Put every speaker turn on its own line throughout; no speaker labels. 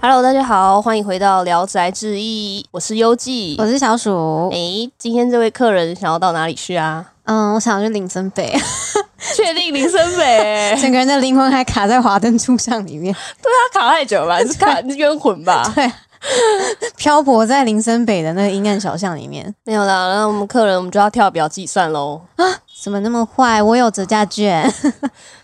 Hello，大家好，欢迎回到《聊斋志异》，我是优记。
我是小鼠，
诶，今天这位客人想要到哪里去啊？
嗯，我想要去领森北，
确定林森 北？
整个人的灵魂还卡在华灯初上里面，
他啊卡太久 了吧，是卡冤魂吧？
漂泊在林森北的那个阴暗小巷里面。
没有啦，那我们客人我们就要跳表计算喽。
怎么那么坏？我有折价券，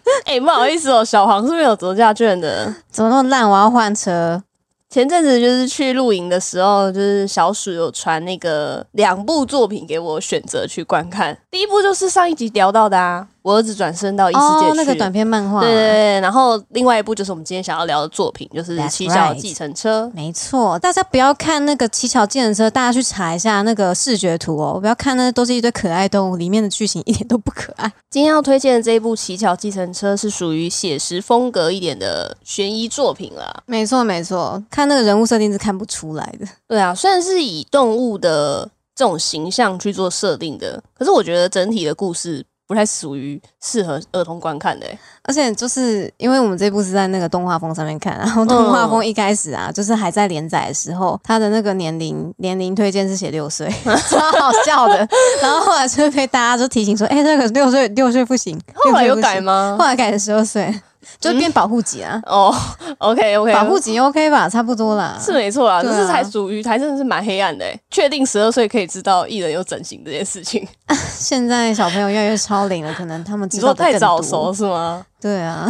诶，不好意思哦，小黄是没有折价券的。
怎么那么烂？我要换车。
前阵子就是去露营的时候，就是小鼠有传那个两部作品给我选择去观看。第一部就是上一集聊到的啊，我儿子转身到异世界去、
哦，那个短片漫画，
对对对，然后另外一部就是我们今天想要聊的作品，就是《
That's
七巧
right
计程车》
没错。大家不要看那个乞巧计程车，大家去查一下那个视觉图哦，不要看那都是一堆可爱动物，里面的剧情一点都不可爱。
今天要推荐的这一部《乞巧计程车》是属于写实风格一点的悬疑作品啦。
没错没错，看那个人物设定是看不出来的。
对啊，虽然是以动物的这种形象去做设定的，可是我觉得整体的故事不太属于适合儿童观看的、欸。
而且就是因为我们这部是在那个动画风上面看，然后动画风一开始啊，就是还在连载的时候，他的那个年龄年龄推荐是写 六岁，超好笑的。然后后来就被大家就提醒说，哎、那个六岁六岁不行，
后来有
六岁不行
改？ 吗？
后来改成十二岁，就变保护级啊，
哦，OK OK，
保护级 OK 吧，差不多啦。
啊是没错啦，
对
可
啊
是才属于还真的是蛮黑暗的、欸。确定十二岁可以知道艺人有整形这件事情，
现在小朋友越来越超龄了，可能他们
你
知道
说
的更
太
多
早熟。是吗？
对啊，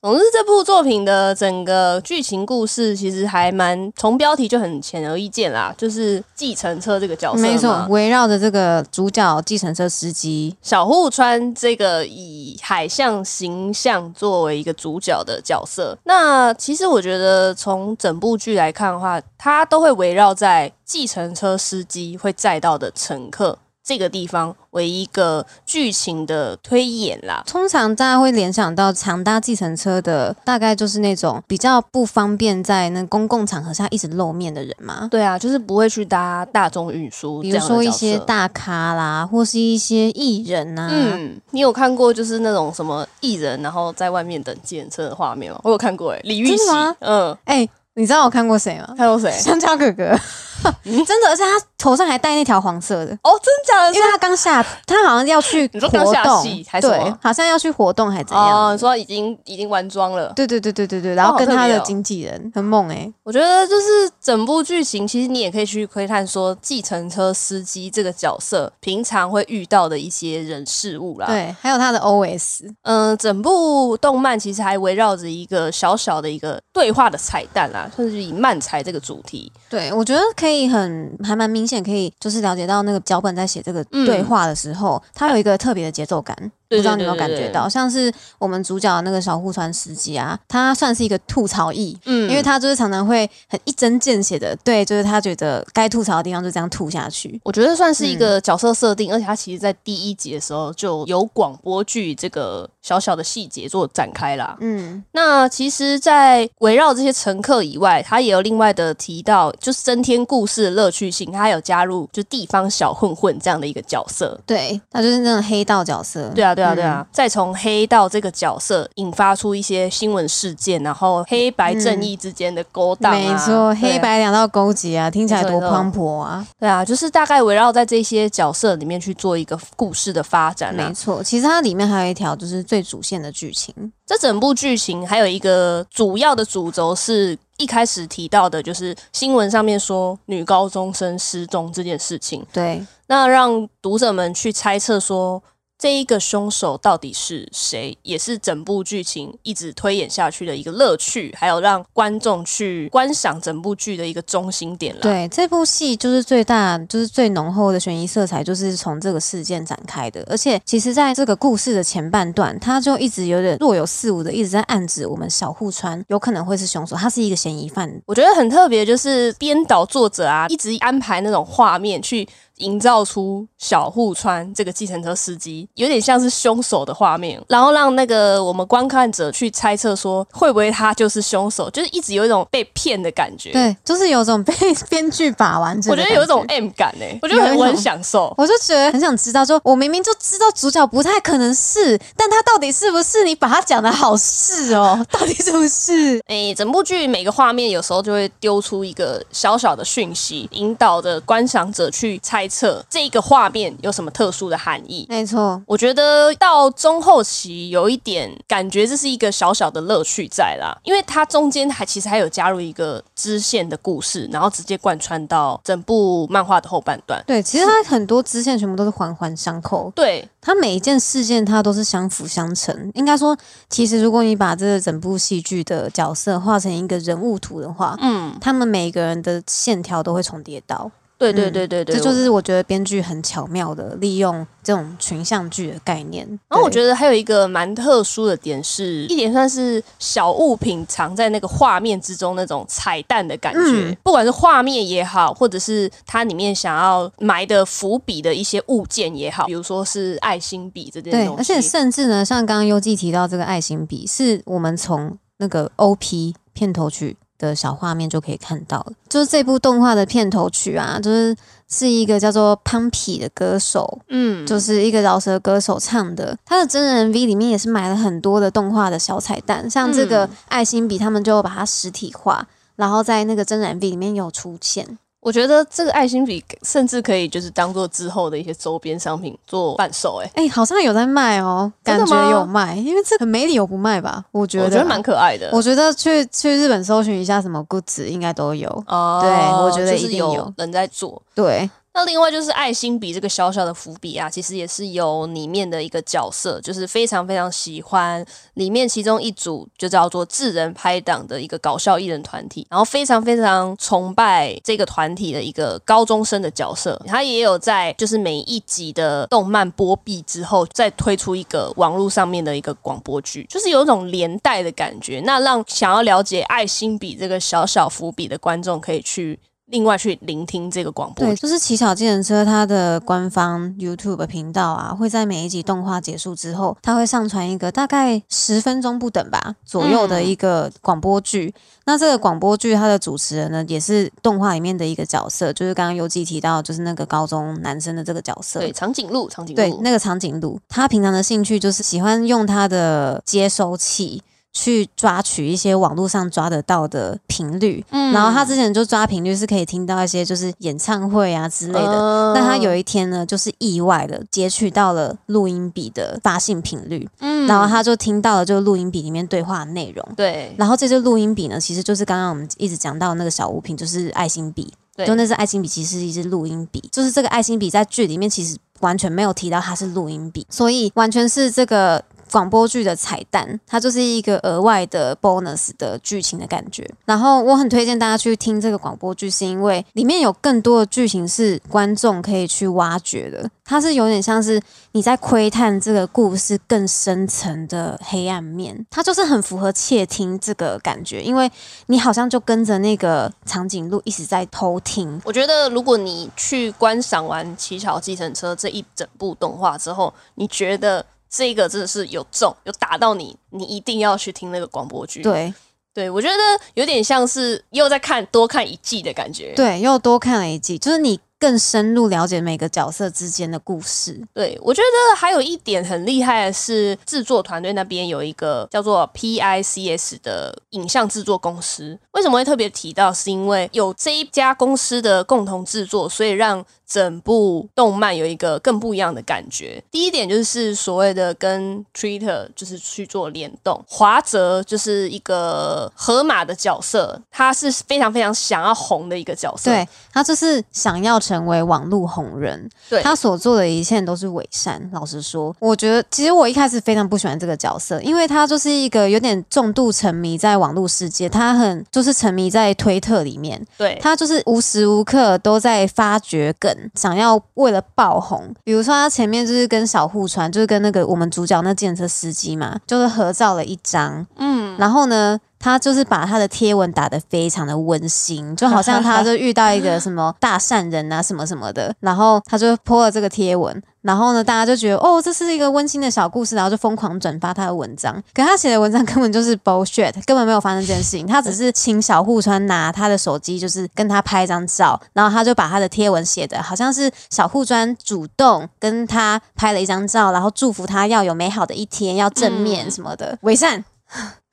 总之，这部作品的整个剧情故事其实还蛮从标题就很显而易见啦，就是计程车这个角色嘛
没错，围绕着这个主角计程车司机，
小户川这个以海象形象作为一个主角的角色，那其实我觉得从整部剧来看的话，它都会围绕在计程车司机会载到的乘客这个地方为一个剧情的推演啦。
通常大家会联想到常搭计程车的，大概就是那种比较不方便在那公共场合下一直露面的人嘛。
对啊，就是不会去搭大众运输，
比如说一些
大。
大咖啦，或是一些艺人呐、嗯，
嗯，你有看过就是那种什么艺人然后在外面等计程车的画面吗？我有看过诶、欸李玉
真的
玺
吗，
嗯，
哎、你知道我看过谁吗？
看过谁？嗯
香蕉哥哥， 真的，而且他头上还戴那条黄色的，
哦，真假的？
因为他刚下，他好像要去
你说刚
活
下
动
戏还，是什
对
么，
好像要去活动还怎
哦，
样？
你说已经已经完妆了。
对对对对对对，然后
好
跟
特
他
别
的
哦
经纪人很猛哎、
我觉得就是整部剧情，其实你也可以去窥探说计程车司机这个角色平常会遇到的一些人事物啦。，
对，还有他的 OS，
嗯、整部动漫其实还围绕着一个小小的一个对话的彩蛋啦，算是以漫才这个主题。
对，我觉得可以很还蛮明显，可以就是了解到那个脚本在写这个
嗯
对话的时候，它有一个特别的节奏感，不
对
知道你有没有
对对
感
对
觉到？像是我们主角那个小户川司机啊，他算是一个吐槽艺。
嗯
因为他就是常常会很一针见血的，对，就是他觉得该吐槽的地方就这样吐下去。
我觉得算是一
嗯
个角色设定，而且它其实在第一集的时候就有广播剧这个小小的细节做展开啦。
嗯，
那其实，在围绕这些乘客以外，它也有另外的提到，就是增添故事的乐趣性，它还有加入就地方小混混这样的一个角色。
对，他就是那种黑道角色。
对啊，对啊，对
嗯
啊！再从黑道这个角色引发出一些新闻事件，然后黑白正义之间的勾当、啊
没错，
对啊
黑白两道勾结啊，听起来
没错
多
没错
磅礴啊！
对啊，就是大概围绕在这些角色里面去做一个故事的发展啊
没。错，其实它里面还有一条就是最主线的剧情，
这整部剧情还有一个主要的主轴是一开始提到的，就是新闻上面说女高中生失踪这件事情，
对，
那让读者们去猜测说这一个凶手到底是谁，也是整部剧情一直推演下去的一个乐趣，还有让观众去观赏整部剧的一个中心点啦。
对，这部戏就是最大，就是最浓厚的悬疑色彩，就是从这个事件展开的。而且，其实在这个故事的前半段，它就一直有点若有似无的一直在暗指我们小户川有可能会是凶手，他是一个嫌疑犯。
我觉得很特别，就是编导作者啊，一直安排那种画面去营造出小户川这个计程车司机有点像是凶手的画面，然后让那个我们观看者去猜测说会不会他就是凶手，就是一直有一种被骗的感觉。
对，就是有种被 编剧把玩着
我
的
觉
感。
得有一种 M 感哎、我觉得
有一
很
种
我很享受。
我就觉得很想知道，说我明明就知道主角不太可能是，但他到底是不是？你把他讲的好是哦， 到底是不 是？
诶、整部剧每个画面有时候就会丢出一个小小的讯息，引导着观赏者去猜测这个画面有什么特殊的含义。
没错，
我觉得到中后期有一点感觉，这是一个小小的乐趣在啦，因为它中间还其实还有加入一个支线的故事，然后直接贯穿到整部漫画的后半段。
对，其实他很多支线全部都是环环相扣，
对，
它每一件事件它都是相辅相成。应该说，其实如果你把这整部戏剧的角色画成一个人物图的话，嗯，他们每个人的线条都会重叠到，
对对对对对，
这就是我觉得编剧很巧妙的利用这种群像剧的概念。
然后哦我
对
觉得还有一个蛮特殊的点是，一点算是小物品藏在那个画面之中那种彩蛋的感觉，
嗯
不管是画面也好，或者是它里面想要埋的伏笔的一些物件也好，比如说是爱心笔这件
对，
东西，
而且甚至呢，像刚刚优记提到这个爱心笔，是我们从那个 OP 片头曲的小画面就可以看到了。就是这部动画的片头曲啊，就是是一个叫做潘皮的歌手，
嗯，
就是一个饶舌歌手唱的。他的真人 V 里面也是埋了很多的动画的小彩蛋，像这个
嗯
爱心笔，他们就把它实体化。然后在那个真人 V 里面有出现，
我觉得这个爱心笔甚至可以就是当做之后的一些周边商品做贩售、欸，
哎、好像有在卖哦，
真的
感觉
吗
有卖，因为这很没理由不卖吧？我觉得，
我觉得蛮可爱的。
我觉得去去日本搜寻一下什么 goods 应该都有。
哦
对我觉得
就
一
是
定有
有人在做。
对，
那另外就是爱心笔这个小小的伏笔啊，其实也是由里面的一个角色，就是非常非常喜欢里面其中一组就叫做智人拍档的一个搞笑艺人团体，然后非常非常崇拜这个团体的一个高中生的角色，他也有在就是每一集的动漫播毕之后，再推出一个网络上面的一个广播剧，就是有一种连带的感觉，那让想要了解爱心笔这个小小伏笔的观众可以去。另外去聆听这个广播
对，就是骑小计程车，它的官方 YouTube 频道啊，会在每一集动画结束之后，它会上传一个大概十分钟不等吧左右的
嗯
一个广播剧。那这个广播剧它的主持人呢，也是动画里面的一个角色，就是刚刚游记提到，就是那个高中男生的这个角色。
对，长颈鹿，长颈
对，
鹿，
那个长颈鹿，他平常的兴趣就是喜欢用他的接收器去抓取一些网络上抓得到的频率。
嗯
然后他之前就抓频率是可以听到一些就是演唱会啊之类的。
嗯
但他有一天呢，就是意外的截取到了录音笔的发信频率，
嗯
然后他就听到了就录音笔里面对话的内容。
对
然后这支录音笔呢，其实就是刚刚我们一直讲到的那个小物品，就是爱心笔。
对
就那支爱心笔其实是一支录音笔，就是这个爱心笔在剧里面其实完全没有提到它是录音笔，所以完全是这个广播剧的彩蛋，它就是一个额外的 bonus 的剧情的感觉。然后我很推荐大家去听这个广播剧，是因为里面有更多的剧情是观众可以去挖掘的，它是有点像是你在窥探这个故事更深层的黑暗面，它就是很符合窃听这个感觉，因为你好像就跟着那个长颈鹿一直在偷听。
我觉得，如果你去观赏完《乞巧计程车》这一整部动画之后，你觉得这个真的是有中，有打到你，你一定要去听那个广播剧。，
对
对我觉得有点像是又在看多看一季的感觉。
对，又多看了一集，就是你更深入了解每个角色之间的故事。
对，我觉得还有一点很厉害的是，制作团队那边有一个叫做 PICS 的影像制作公司。为什么会特别提到？是因为有这一家公司的共同制作，所以让整部动漫有一个更不一样的感觉。第一点就是所谓的跟 Twitter 就是去做联动，华泽就是一个河马的角色，他是非常非常想要红的一个角色。
对他就是想要成为网络红人，
对
他所做的一切都是伪善。老实说，我觉得其实我一开始非常不喜欢这个角色，因为他就是一个有点重度沉迷在网络世界，他很就是沉迷在推特里面，
对，
他就是无时无刻都在发掘梗，想要为了爆红。比如说，他前面就是跟小户川，就是跟那个我们主角那建车司机嘛，就是合照了一张。嗯，然后呢，他就是把他的贴文打得非常的温馨，就好像他就遇到一个什么大善人啊什么什么的，然后他就 po 了这个贴文，然后呢大家就觉得哦这是一个温馨的小故事，然后就疯狂转发他的文章。可他写的文章根本就是 bullshit，根本没有发生这件事情，他只是请小户川拿他的手机就是跟他拍一张照，然后他就把他的贴文写的好像是小户川主动跟他拍了一张照，然后祝福他要有美好的一天，要正面什么的，伪善。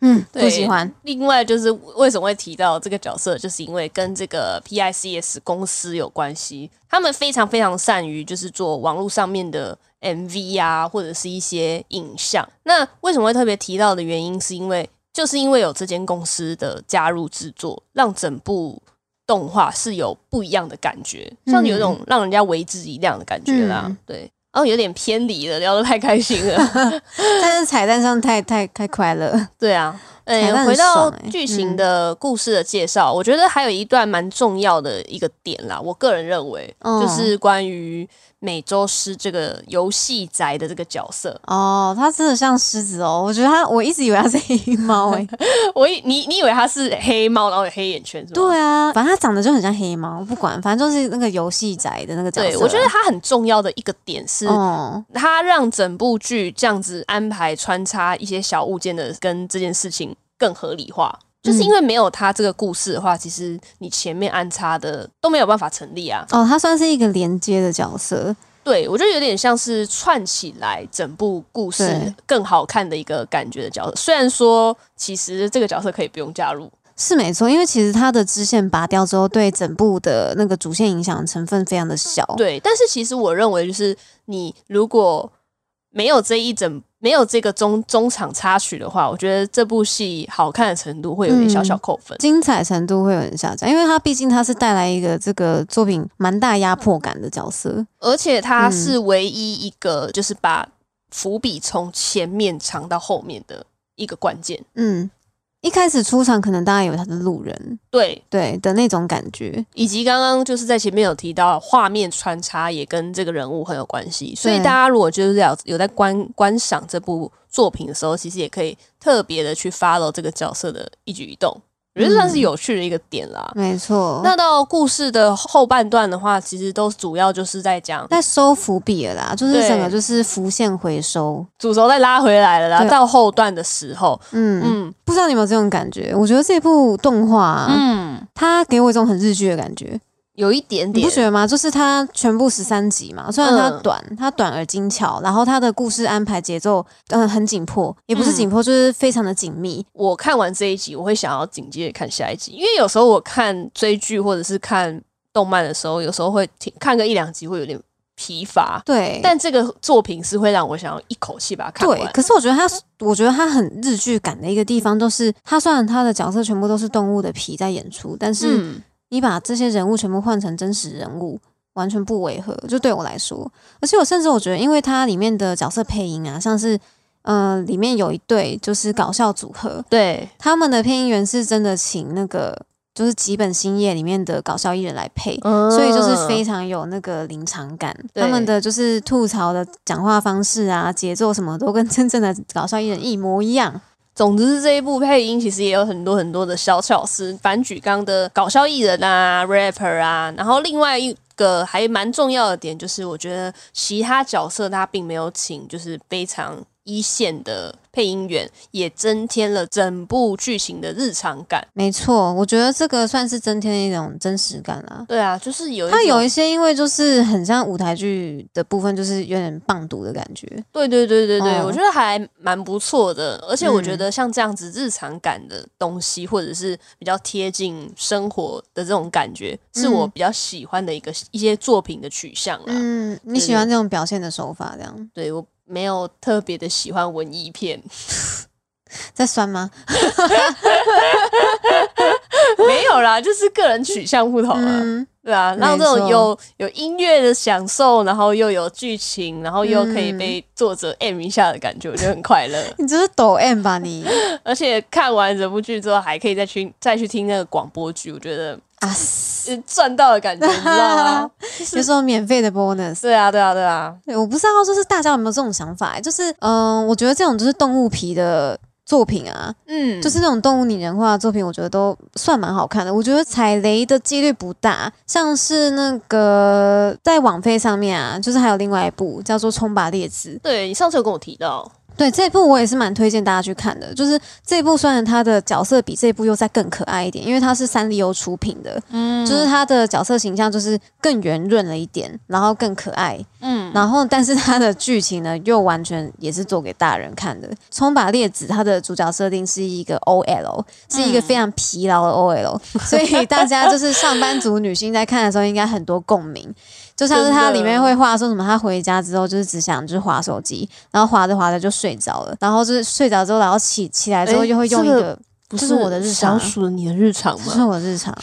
嗯，不
对
喜欢。
另外就是为什么会提到这个角色，就是因为跟这个 PICS 公司有关系。他们非常非常善于就是做网络上面的 MV 啊，或者是一些影像。那为什么会特别提到的原因，是因为就是因为有这间公司的加入制作，让整部动画是有不一样的感觉，像有一种让人家为之一亮的感觉啦。
嗯
对，然后有点偏离了，聊得太开心了。
但是彩蛋上太太太快乐，
对啊，哎、
彩蛋很
回到
爽欸
剧情的故事的介绍，我觉得还有一段蛮重要的一个点啦。我个人认为，
嗯
就是关于美洲狮这个游戏宅的这个角色。
哦，它真的像狮子哦，我觉得它，我一直以为它是黑猫欸 诶、
我以你你以为他是黑猫，然后有黑眼圈是吗？
对啊，反正它长得就很像黑猫，不管，反正就是那个游戏宅的那个角色。啊
对，我觉得他很重要的一个点是，
哦，
他让整部剧这样子安排穿插一些小物件的跟这件事情更合理化。
嗯
就是因为没有他这个故事的话，其实你前面安插的都没有办法成立啊。
哦，它算是一个连接的角色。
对，我觉得有点像是串起来整部故事
对
更好看的一个感觉的角色。虽然说，其实这个角色可以不用加入，
是没错，因为其实它的支线拔掉之后，对整部的那个主线影响的成分非常的小。
对。但是其实我认为，就是你如果没有这一整没有这个中中场插曲的话，我觉得这部戏好看的程度会有点小小扣分。
精彩程度会有点下降，因为它毕竟它是带来一个这个作品蛮大压迫感的角色。
而且它是唯一一个就是把伏笔从前面藏到后面的一个关键。
嗯，一开始出场可能大家以为他是路人，
对，
对的那种感觉。
以及刚刚就是在前面有提到，画面穿插也跟这个人物很有关系，所以
对
大家如果就是要有在观观赏这部作品的时候，其实也可以特别的去 follow 这个角色的一举一动，我觉得算是有趣的一个点啦。
没错，
那到故事的后半段的话，其实都主要就是在讲
在收伏笔了啦，就是
对
整个就是浮现回收。
主轴再拉回来了啦，
对
到后段的时候，
嗯，
嗯
不知道你有没有这种感觉？我觉得这部动画、啊，
嗯，
它给我一种很日剧的感觉，
有一点
你
点
不觉得吗？就是它全部十三集嘛，虽然它
嗯
短，它短而精巧，然后它的故事安排节奏嗯、呃很紧迫，也不是
嗯
紧迫，就是非常的紧密。
我看完这一集，我会想要紧接着看下一集，因为有时候我看追剧或者是看动漫的时候，有时候会停看个一两集会有点疲乏，
对，
但这个作品是会让我想要一口气把它看
对
完，。
可是我觉得他，我觉得他很日剧感的一个地方，就是他虽然他的角色全部都是动物的皮在演出，但是
嗯，
你把这些人物全部换成真实人物，完全不违和。就对我来说，而且我甚至我觉得，因为它里面的角色配音啊，像是呃，里面有一对就是搞笑组合，
对，
他们的配音员是真的请那个就是吉本兴业里面的搞笑艺人来配，所以就是非常有那个临场感，
嗯对
他们的就是吐槽的讲话方式啊、节奏什么都跟真正的搞笑艺人一模一样。
总之，这一部配音其实也有很多很多的小巧思，反举纲的搞笑艺人啊、rapper 啊，然后另外一个还蛮重要的点就是，我觉得其他角色他并没有请就是非常一线的配音员，也增添了整部剧情的日常感。
没错，我觉得这个算是增添一种真实感啦。
对啊，就是有一
它有
一
一些因为就是很像舞台剧的部分，就是有点棒读的感觉。
对对对对对，
嗯
我觉得还蛮不错的，而且我
嗯
觉得像这样子日常感的东西，或者是比较贴近生活的这种感觉，是我
嗯
比较喜欢的一个一些作品的取向啦。
嗯，你喜欢这种表现的手法，这样
对我没有特别的喜欢文艺片，
在酸吗？
没有啦，就是个人取向不同啊。
嗯，
对啊，
没
让这种
错
有有音乐的享受，然后又有剧情，然后又可以
嗯
被作者 M 一下的感觉，我觉得很快乐。
你这是抖 M 吧你？
而且看完整部剧之后，还可以再去再去听那个广播剧，我觉得
啊，
呃赚到的感觉，你知道 吗？
有时候免费的 bonus。
对啊，对啊，对啊，
呃对，我不知道，就是大家有没有这种想法欸、就是，嗯、我觉得这种就是动物皮的作品啊，
嗯，
就是那种动物拟人化的作品，我觉得都算蛮好看的。我觉得踩雷的几率不大，像是那个在网飞上面啊，就是还有另外一部叫做《冲吧列兹》，
对你上次有跟我提到，
对这部我也是蛮推荐大家去看的。就是这部虽然它的角色比这部又再更可爱一点，因为它是三丽鸥出品的，
嗯
就是它的角色形象就是更圆润了一点，然后更可爱，
嗯，
然后，但是它的剧情呢，又完全也是做给大人看的。《冲吧列子》它的主角设定是一个 OL，是
嗯
一个非常疲劳的 OL，、所以大家就是上班族女性在看的时候，应该很多共鸣。就像是它里面会画说什么，她回家之后就是只想就是划手机，然后划着划着就睡着了，然后就是睡着之后，然后起起来之后
诶
又会用一
这
个，
个不
就是我的日常啊
小鼠你的日常
这是
吗？
我日常。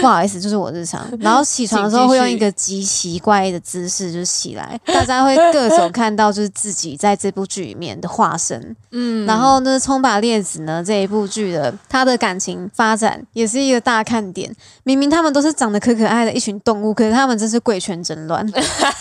不好意思，这是我日常。然后起床的时候
请继续
会用一个极奇怪的姿势就是起来，大家会各种看到就是自己在这部剧里面的化身。
嗯
然后呢，《冲吧列子》呢这一部剧的它的感情发展也是一个大看点。明明他们都是长得可可爱的一群动物，可是他们真是贵圈争乱，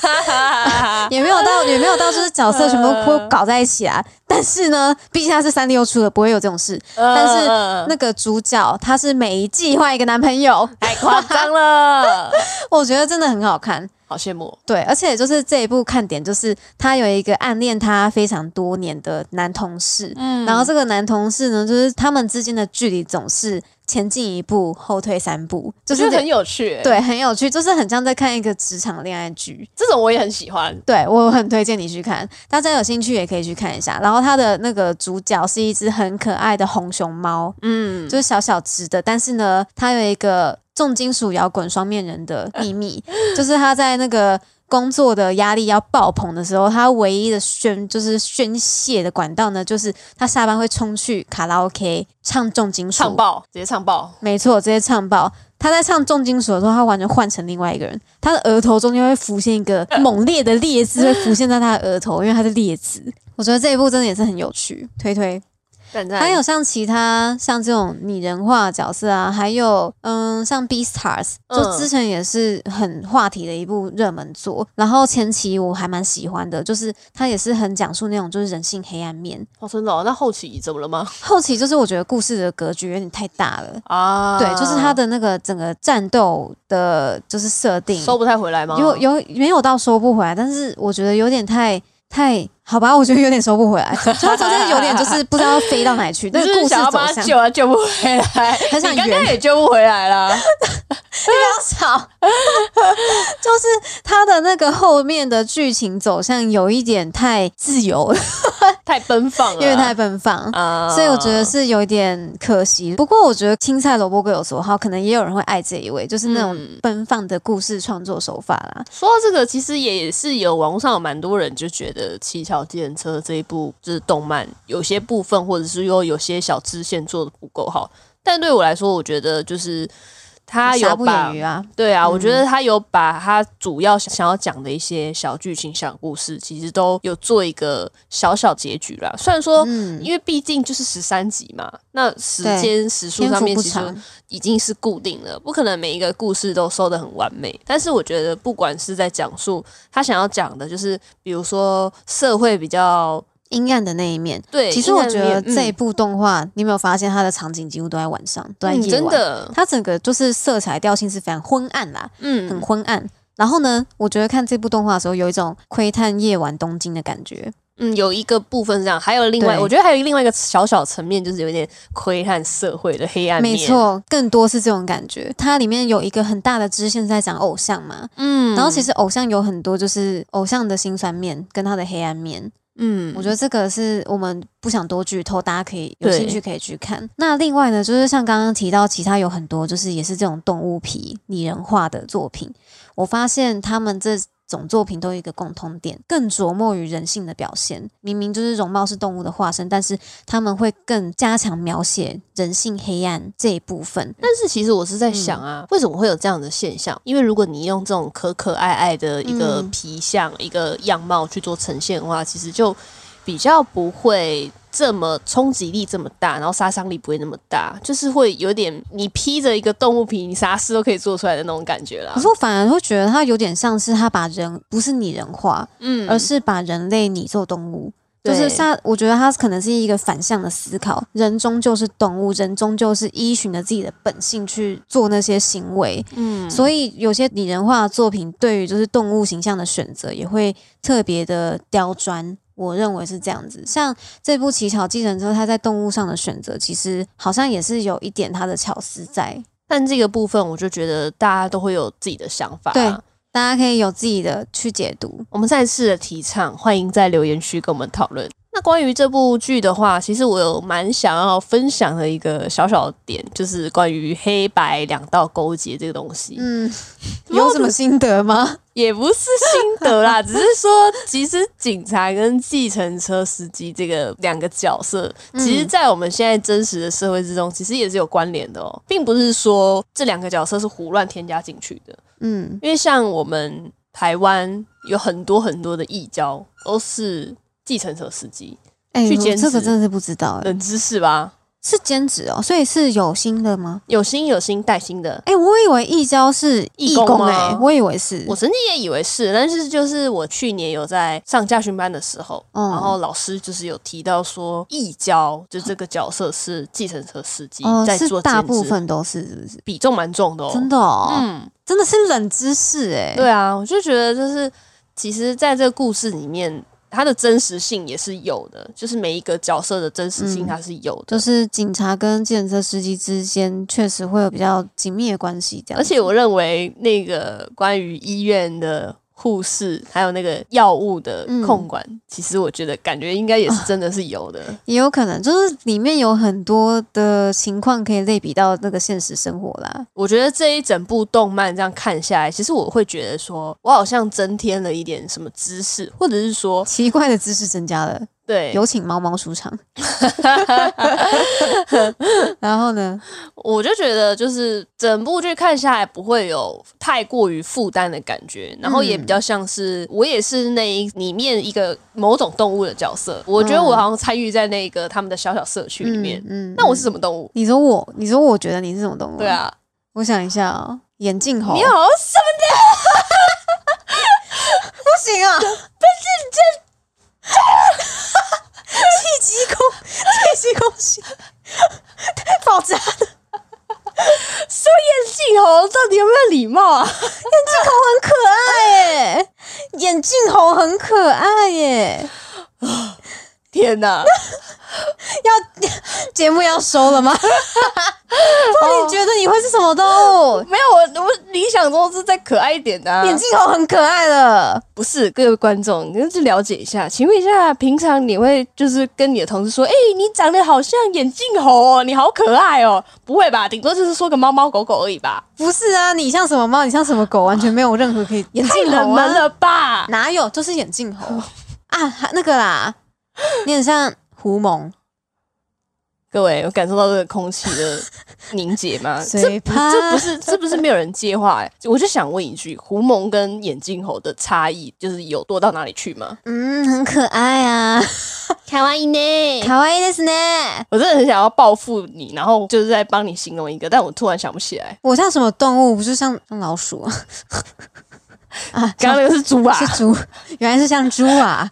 也没有到也没有到就是角色全部都搞在一起啊。但是呢，毕竟它是三六出的，不会有这种事。但 是
呃
那个主角他是每一季换一个男朋友，
太夸张了，
我觉得真的很好看。
好羡慕哦。
对，而且就是这一部看点就是他有一个暗恋他非常多年的男同事，
嗯
然后这个男同事呢，就是他们之间的距离总是前进一步，后退三步，
我
就是
觉得很有趣、欸，
对，很有趣，就是很像在看一个职场恋爱剧。
这种我也很喜欢。
对我很推荐你去看，大家有兴趣也可以去看一下。然后它的那个主角是一只很可爱的红熊猫，
嗯，
就是小小只的，但是呢，它有一个重金属摇滚双面人的 秘密，就是他在那个工作的压力要爆棚的时候，他唯一的宣就是宣泄的管道呢，就是他下班会冲去卡拉 OK 唱重金属，
唱爆，直接唱爆，
没错，直接唱爆。他在唱重金属的时候，他完全换成另外一个人，他的额头中间会浮现一 个猛烈的烈字，会浮现在他的额头，因为他是烈字。我觉得这一部真的也是很有趣，推推。
赞赞
还有像其他像这种拟人化的角色啊，还有嗯，像 Beastars，
嗯
就之前也是很话题的一部热门作。然后前期我还蛮喜欢的，就是它也是很讲述那种就是人性黑暗面。
哦，真的、哦？那后期怎么了吗？
后期就是我觉得故事的格局有点太大了，
啊，
对，就是它的那个整个战斗的，就是设定
收不太回来吗？
有有没有到收不回来，但是我觉得有点太太好吧，我觉得有点收不回来，就它中间有点就是不知道飞到哪 里去，
你
那
是
个
不
故
是
事
想要
走
帮他
向。
救啊，救不回 来，
很想
你刚
圆
刚也救不回来啦。
吵， 就是他的那个后面的剧情走向有一点太自由了，
太奔放了，
因为太奔放。
啊
所以我觉得是有一点可惜，不过我觉得青菜萝卜各有所好，可能也有人会爱这一位，就是那种
嗯
奔放的故事创作手法啦。
说到这个，其实也是有网络上有蛮多人就觉得《七巧计程车》这一部就是动漫，有些部分或者是说有些小支线做的不够好，但对我来说，我觉得就是他有
瑕不
把
掩瑜啊，
对啊，我觉得他有把他主要想要讲的一些小剧情、小故事，其实都有做一个小小结局啦。虽然
嗯
说，因为毕竟就是十三集嘛，那时间时数
篇
上
幅
面
不
其实
长，
已经是固定了，不可能每一个故事都收得很完美。但是我觉得，不管是在讲述他想要讲的，就是比如说社会比较
阴暗的那一面。
对，
其实我觉得
阴暗面嗯
这一部动画，你有没有发现它的场景几乎都在晚上，都在
嗯嗯
夜晚，
真的，
它整个就是色彩调性是非常昏暗啦。很
嗯，
昏暗。然后呢，我觉得看这部动画的时候，有一种窥探夜晚东京的感觉。
嗯，有一个部分是这样，还有另外，
对
我觉得还有另外一个小小层面，就是有点窥探社会的黑暗面。
没，错，更多是这种感觉。它里面有一个很大的支线是在讲偶像嘛，
嗯
然后其
实，
实偶像有很多就是偶像的辛酸面跟他的黑暗面。
嗯
我觉得这个是我们不想多剧透，大家可以有
对
兴趣可以去看。那另外呢，就是像刚刚提到，其他有很多就是也是这种动物皮拟人化的作品，我发现他们这。种作品都有一个共通点，更琢磨于人性的表现。明明就是容貌是动物的化身，但是他们会更加强描写人性黑暗这一部分。
但是其实我是在想
嗯
啊，为什么会有这样的现象？因为如果你用这种可可爱爱的一个
嗯
皮相、一个样貌去做呈现的话，其实就比较不会这么冲击力这么大，然后杀伤力不会那么大，就是会有点你披着一个动物皮，你啥事都可以做出来的那种感觉啦
可。是我反而会觉得他有点像是他把人不是拟人化，
嗯
而是把人类拟作动物。就是
对
他，我觉得他可能是一个反向的思考，人终究是动物，人终究是依循着自己的本性去做那些行为，
嗯，
所以有些拟人化的作品对于就是动物形象的选择也会特别的刁钻。我认为是这样子，像这部《乞巧计程车》，它在动物上的选择，其实好像也是有一点它的巧思在。
但这个部分我就觉得大家都会有自己的想法。啊
对大家可以有自己的去解读。
我们再次的提倡，欢迎在留言区跟我们讨论。那关于这部剧的话，其实我有蛮想要分享的一个小小的点，就是关于黑白两道勾结这个东西。
嗯，有什么心得吗？
也不是心得啦，只是说，其实警察跟计程车司机这个两个角色，
嗯
其实，在我们现在真实的社会之中，其实也是有关联的哦，并不是说这两个角色是胡乱添加进去的，
嗯，
因为像我们台湾有很多很多的义交都是计程车司机，
哎、
去
我
兼
这个
职
真的是不知道、哎，
冷知识吧？
是兼职哦，所以是有薪的吗？
有心有心带心的，
哎、我以为义交是义
义工
工
吗
哎、我以为是
我，曾经也以为是，但是就是我去年有在上家训班的时候，
嗯
然后老师就是有提到说，义交就这个角色是计程车司机、
哦、
在
是
做兼职，
大部分都是是不是？
比重蛮重的哦。
真的哦，
嗯，
真的是冷知识哎、
对啊，我就觉得就是，其实在这个故事里面，它的真实性也是有的，就是每一个角色的真实性
嗯
它是有的。
就是警察跟计程车司机之间确实会有比较紧密的关系，这样。
而且我认为那个关于医院的护士，还有那个药物的
嗯
控管，其实我觉得感觉应该也
啊
是真的是有的。
也有可能，就是里面有很多的情况可以类比到那个现实生活啦。
我觉得这一整部动漫这样看下来，其实我会觉得说，我好像增添了一点什么知识，或者是说，
奇怪的知识增加了，
对，
有请猫猫出 场。 然后呢？
我就觉得就是整部剧看下来不会有太过于负担的感觉，然后也
嗯
比较像是我也是那一里面一个某种动物的角色，我觉得我好像参与在那个他们的小小社区里面。
嗯嗯，嗯
那我是什么动物？
你说我，你说我觉得你是什么动物？
对，啊，
我想一下哦，眼镜猴，
你好什么？
不行 啊，不是这，气急攻，气急攻心，爆炸！
说眼镜猴到底有没有礼貌啊？
很可爱耶，眼镜猴很可爱耶。
天哪！
节目要收了吗？不 然你觉得你会是什么动物？
没有我，我理想中是再可爱一点的、啊。
眼镜猴很可爱了，
不是各位观众，你要去了解一下。请问一下，平常你会就是跟你的同事说：“哎、你长得好像眼镜猴哦，你好可爱哦。”不会吧？顶多就是说个猫猫狗狗而已吧？
不是啊？你像什么猫？你像什么狗？完全没有任何可以眼
太
镜
冷
猴
门
啊？
了吧？
哪有？就是眼镜猴啊，还那个啦，你很像狐獴，
各位，有感受到这个空气的凝结吗？ 这
随
不
吧
这不是这不是没有人接话、欸？我就想问一句，狐獴跟眼镜猴的差异就是有多到哪里去吗？
嗯，很可爱啊，
台湾一呢？
卡哇伊です呢。
我真的很想要报复你，然后就是在帮你形容一个，但我突然想不起来。
我像什么动物？不是像像老鼠啊？啊，
刚刚那个是猪啊，
是猪，原来是像猪啊！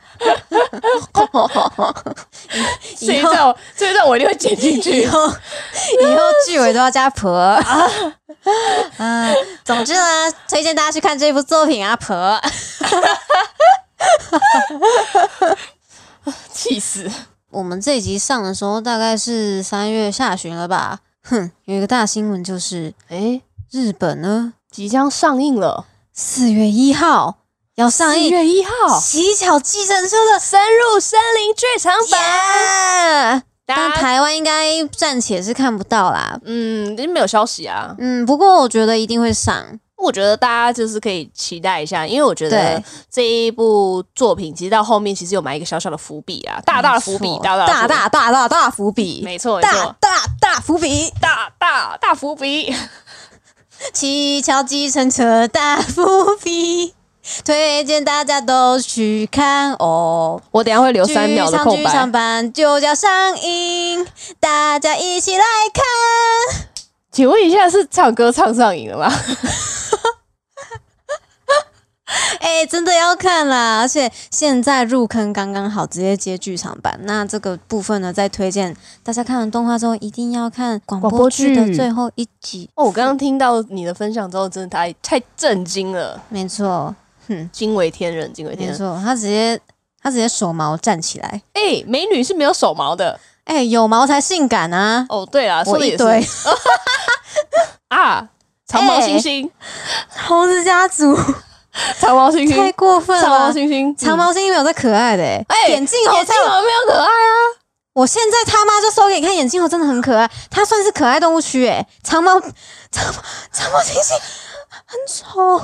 这一段我这一段我一定会剪进
以
去。
后以后句尾都要加婆啊。啊，总之呢，推荐大家去看这部作品啊，婆。
气死！
我们这一集上的时候大概是三月下旬了吧？哼，有一个大新闻就是
哎、
日本呢，
即将上映了，
四月一号要上
4
映
月一号
《乞巧计程车》的
深入森林剧场版。
版，但
大家
台湾应该暂且是看不到啦。
嗯，因为没有消息啊。
嗯，不过我觉得一定会上。
我觉得大家就是可以期待一下，因为我觉得
对
这一部作品其实到后面其实有埋一个小小的伏笔啊，大大的伏笔
没，错
大大的伏
大
笔
大大大大伏笔，
没错没
大
错，
大大伏笔，
大大大伏笔。
七桥计程车大伏笔， 推荐大家都去看哦。
我等一下会留三秒的空
剧场
白。
版就要上映，大家一起来看。
请问一下，是唱歌唱上瘾了吗？
哎、真的要看啦！而且现在入坑刚刚好，直接接剧场版。那这个部分呢，再推荐大家看完动画之后，一定要看广
广播
播剧的
剧
最后一集。
哦，我刚刚听到你的分享之后，真的太太震惊了，
没错，哼，
惊为天人，惊为天
没
人。
错，他直接他直接手毛站起来，
哎、美女是没有手毛的。
哎、有毛才性感啊！
哦，对啦，说
我
的
一
也是
堆
啊，长毛猩猩，
猴子 家族
长毛猩
太
猩，
过分
长毛
了吧。
猩猩，
长毛猩猩没有这可爱的、欸，
哎
眼镜
嗯
猴
眼
才
睛
有
有没有可爱啊？
我现在他妈就搜给你看，眼镜猴真的很可爱，它算是可爱动物区诶、长毛长 毛长毛猩猩很丑，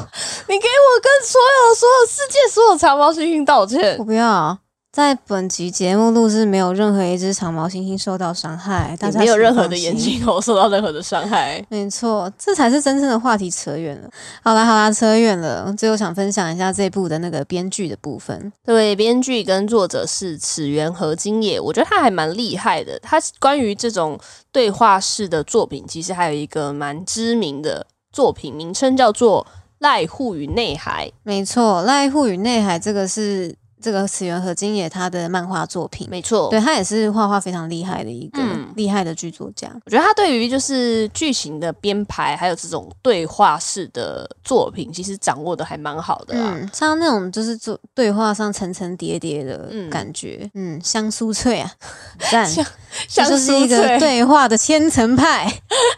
你给我跟所有所有世界所有长毛猩猩道歉
我。不要。在本集节目录制，没有任何一只长毛猩猩受到伤害，大
也
家
没有
请
任何
放
的
心
眼。睛猴受到任何的伤害。
没错，这才是真正的话题扯远了。好啦好啦，扯远了。最后想分享一下这部的那个编剧的部分。
对，编剧跟作者是此原和金野，我觉得他还蛮厉害的。他关于这种对话式的作品，其实还有一个蛮知名的作品，名称叫做《濑户与内海》。
没错，《濑户与内海》这个是这个死原和金野他的漫画作品。
没错，
对他也是画画非常厉害的一个
嗯
厉害的剧作家。
我觉得他对于就是剧情的编排，还有这种对话式的作品，其实掌握的还蛮好的啊啦。
嗯，像那种就是做对话上层层叠叠的
嗯
感觉，嗯，香酥脆啊， 赞，
香
这
像
就是一
酥脆
个对话的千层派，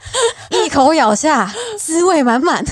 一口咬下，滋味满满，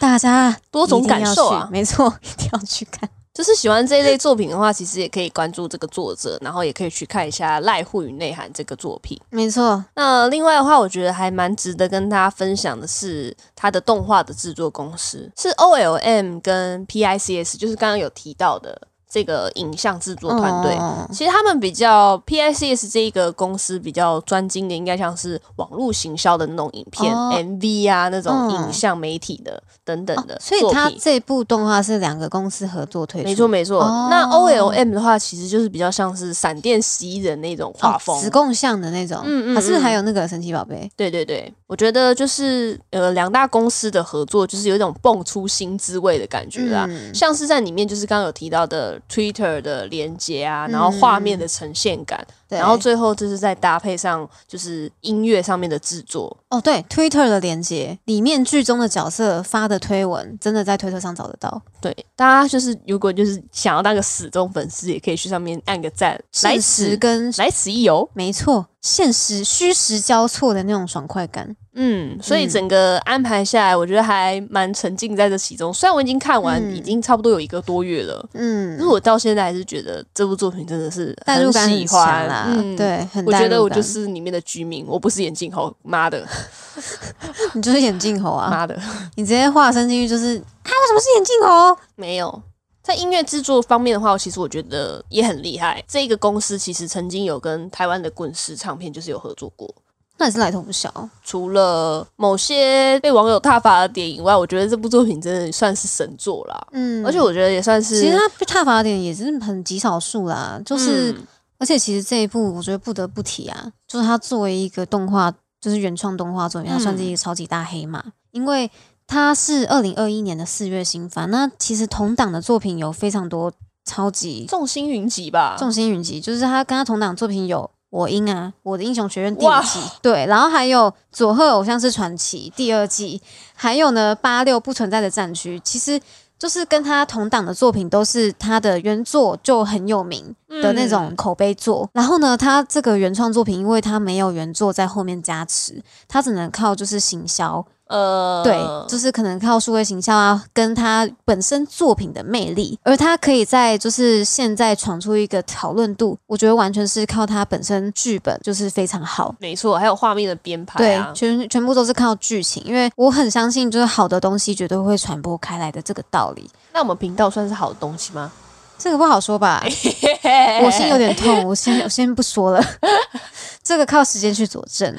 大家
多种
一定要
感受啊
去没错， 一定要去看。
就是喜欢这一类作品的话，其实也可以关注这个作者，然后也可以去看一下《濑户与内涵》这个作品。
没错，
那另外的话，我觉得还蛮值得跟大家分享的是，它的动画的制作公司是 OLM 跟 PICS，就是刚刚有提到的这个影像制作团队。
哦
其实他们比较 PICS 这一个公司比较专精的，应该像是网络行销的那种影片、
哦
MV 啊，那种
嗯哦
影像媒体的、等等的
所以
作品。
他这部动画是两个公司合作推出，
没错没错，
哦
那 O L M 的话，其实就是比较像是闪电袭人那种画风。
哦子供像的那种，
嗯嗯
还是
嗯
还有那个神奇宝贝，
对对对，我觉得就是呃两大公司的合作，就是有一种蹦出新滋味的感觉啦。
嗯
像是在啊里面，就是刚刚有提到的 Twitter 的连接啊，然后画面的呈现感，
嗯对
然后最后就是再搭配上就是音乐上面的制作，
哦，对，Twitter 的连接里面剧中的角色发的推文，真的在推特上找得到，
对，大家就是如果就是想要当个死忠粉丝，也可以去上面按个赞，来
事实
此
跟
来此一游。
没错，现实虚实交错的那种爽快感。
嗯，所以
嗯
整个安排下来，我觉得还蛮沉浸在这其中。虽然我已经看完，
嗯
已经差不多有一个多月了，
嗯
可是，我到现在还是觉得这部作品真的是
代入感
喜
很强
欢
啦，
嗯，。
对，很
我
代
觉得
入
我就
感。
是里面的居民，我不是眼镜猴，妈的
你就是眼镜猴啊，
妈的，
你直接化身进去就是啊，为什么是眼镜猴？
没有。在音乐制作方面的话，其实我觉得也很厉害。这个公司其实曾经有跟台湾的滚石唱片就是有合作过。
那也是来头不小。
除了某些被网友挞伐的点以外，我觉得这部作品真的算是神作啦。
嗯，
而且我觉得也算是，
其实他被踏伐的点也是很极少数啦，就是、
嗯
而且其实这一部我觉得不得不提啊，就是它作为一个动画，就是原创动画作品，它
嗯
算是一个超级大黑马，因为它是二零二一年的四月新番。那其实同档的作品有非常多超级
众星云集吧。
众星云集，就是他跟他同档作品有《我英》啊，《我的英雄学院》第
哇
五季，对，然后还有《佐贺偶像是传奇》第二季，还有呢《八六不存在的战区》，其实就是跟他同档的作品都是他的原作就很有名的那种口碑作。然后呢，他这个原创作品，因为他没有原作在后面加持，他只能靠就是行销，
呃，
对，就是可能靠数位行销啊，跟他本身作品的魅力，而他可以在就是现在闯出一个讨论度，我觉得完全是靠他本身剧本就是非常好。
没错，还有画面的编排
对
啊，，
全全部都是靠剧情，因为我很相信，就是好的东西绝对会传播开来的这个道理。
那我们频道算是好的东西吗？
这个不好说吧，
哎
我心 有 点痛，我先我先不说了，这个靠时间去佐证。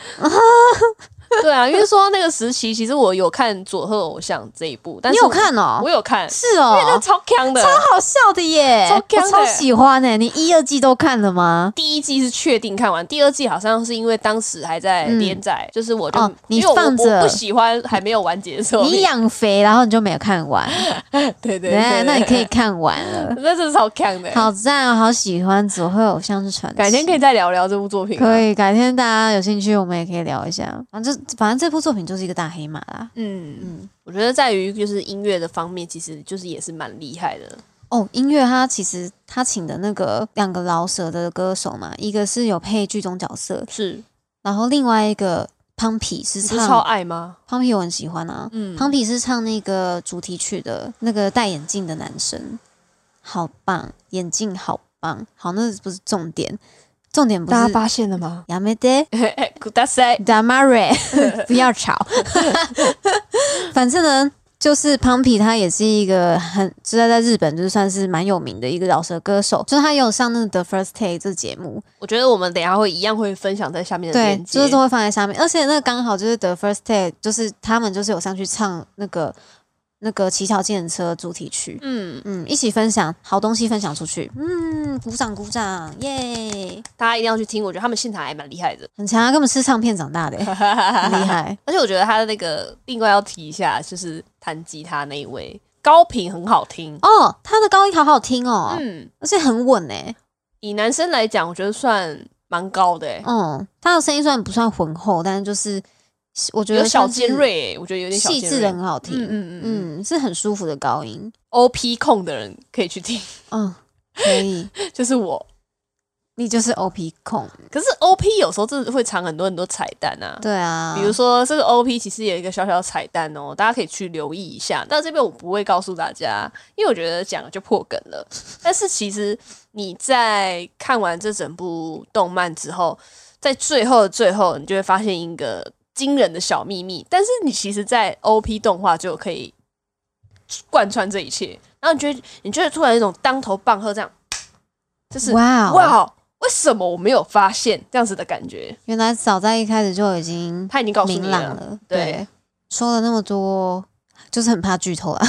对啊，因为说到那个时期，其实我有看《佐贺偶像》这一部，但
你
是
有看哦、
我有看，
是
因为那
哦、
超强的。
超好笑的耶，
超强的
我超喜欢哎、你一、二季都看了吗？
第一季是确定看完，第二季好像是因为当时还在连载，就是我就、
哦你
因为我
放着
我不喜欢还没有完结的 时候，
你养肥，然后你就没有看完，
对对对
对，
对，
那你可以看完 了，
那真是超强的。
好赞哦，好喜欢《左会偶像是传奇》，
改天可以再聊聊这部作品、啊。
可以，改天大家有兴趣，我们也可以聊一下。反正反正这部作品就是一个大黑马啦。
嗯嗯，我觉得在于就是音乐的方面，其实就是也是蛮厉害的。
哦，音乐它其实它请的那个两个老舍的歌手嘛，一个是有配剧中角色，
是，
然后另外一个胖皮是
你不是超
唱
爱吗？
胖皮我很喜欢啊，
嗯
胖皮是唱那个主题曲的那个戴眼镜的男生，好棒，眼镜好棒，好那不是重点，重点不
大家
是
发现了 吗？
亚美德。
大塞，
Damare，不要吵。 反正呢，就是胖皮他也是一个很，就在在日本就是算是蛮有名的一个饶舌歌手，就是他也有上那个 The First Take 这节目，
我觉得我们等一下会一样会分享在下面的
对
链，接。
就是都会放在下面。而且那个刚好就是 The First Take，就是他们就是有上去唱那个那个《乞巧计程车》主题曲。
嗯，
嗯，一起分享好东西，分享出去。嗯，鼓掌鼓掌，耶！
大家一定要去听，我觉得他们现场还蛮厉害的，
很强啊，根本吃唱片长大的、欸，很厉害。
而且我觉得他的那个另外要提一下，就是弹吉他那一位高频很好听。
哦，他的高音好好听哦。
嗯，
而且很稳哎、
以男生来讲，我觉得算蛮高的、欸，
嗯，他的声音虽然不算浑厚，但是就是我觉
嗯有
得
小
像是
尖锐、欸，我觉得有点小
细
尖
致
锐
的。很好
嗯
听，嗯
嗯嗯
是很舒服的高音，
，O P 控的人可以去听，
嗯，可以，
就是我。
你就是 OP 控，
可是 O P 有时候真的会藏很多很多彩蛋啊，
对啊，
比如说这个 OP 其实有一个小小的彩蛋哦，大家可以去留意一下。但这边我不会告诉大家，因为我觉得讲了就破梗了。但是其实你在看完这整部动漫之后，在最后的最后，你就会发现一个惊人的小秘密。但是你其实，在 OP 动画就可以贯穿这一切，然后你就会你就会突然有一种当头棒喝这样，就是
哇哇，
哇，哦为什么我没有发现这样子的感觉？
原来早在一开始就已经
他已经告诉你
明
了。
朗了，
对
对，说了那么多，就是很怕剧透啊，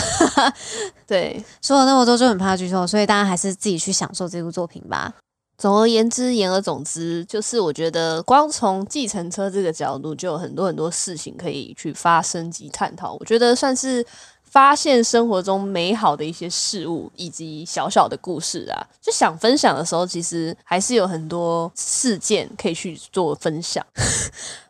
对，
说了那么多就很怕剧透，所以大家还是自己去享受这部作品吧。
总而言之，言而总之，就是我觉得光从计程车这个角度，就有很多很多事情可以去发生及探讨。我觉得算是发现生活中美好的一些事物，以及小小的故事啊。就想分享的时候，其实还是有很多事件可以去做分享。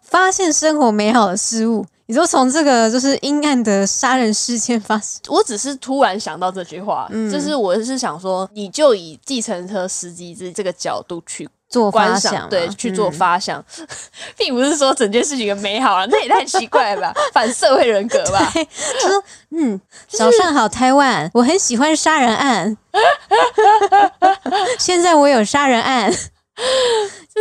发现生活美好的事物。你就从这个就是阴暗的杀人事件发生，
我只是突然想到这句话，就是我是想说，你就以计程车司机这这个角度去
做
观
哦发
赏，
想嘛，
对，去做
嗯
发想， 并不是说整件事情很美好啊，那也太奇怪了吧，反社会人格吧？
嗯，早上好，台湾，我很喜欢杀人 案。现在我有杀人案，
就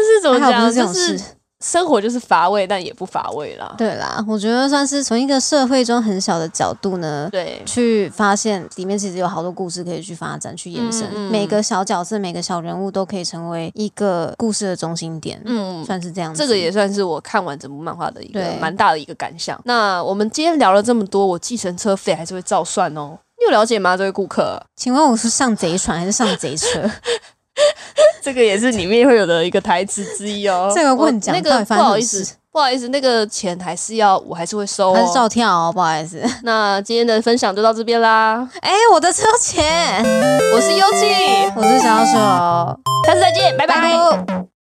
是怎么
还好
讲，
不是这
就
种事
是。生活就是乏味，但也不乏味啦。
对啦，我觉得算是从一个社会中很小的角度呢。
对，
去发现里面其实有好多故事可以去发展、去延伸，
嗯嗯
每个小角色、每个小人物都可以成为一个故事的中心点，
嗯，
算是这样子。
这个也算是我看完整部漫画的一个
对
蛮大的一个感想。那我们今天聊了这么多，我计程车费还是会照算哦。你有了解吗，这位顾客？
请问我是上贼船还是上贼车？。
这个也是里面会有的一个台词之一哦
这个问
我
讲
那
到底
个不
发生
好
什
意
么
思
事，
不好意思，那个钱还是要，我还是会 收、哦。
还是照跳哦、不好意思。
那今天的分享就到这边啦，
哎、我的车钱，
嗯我是优记，
我是小手，
下次再见，拜拜。
拜。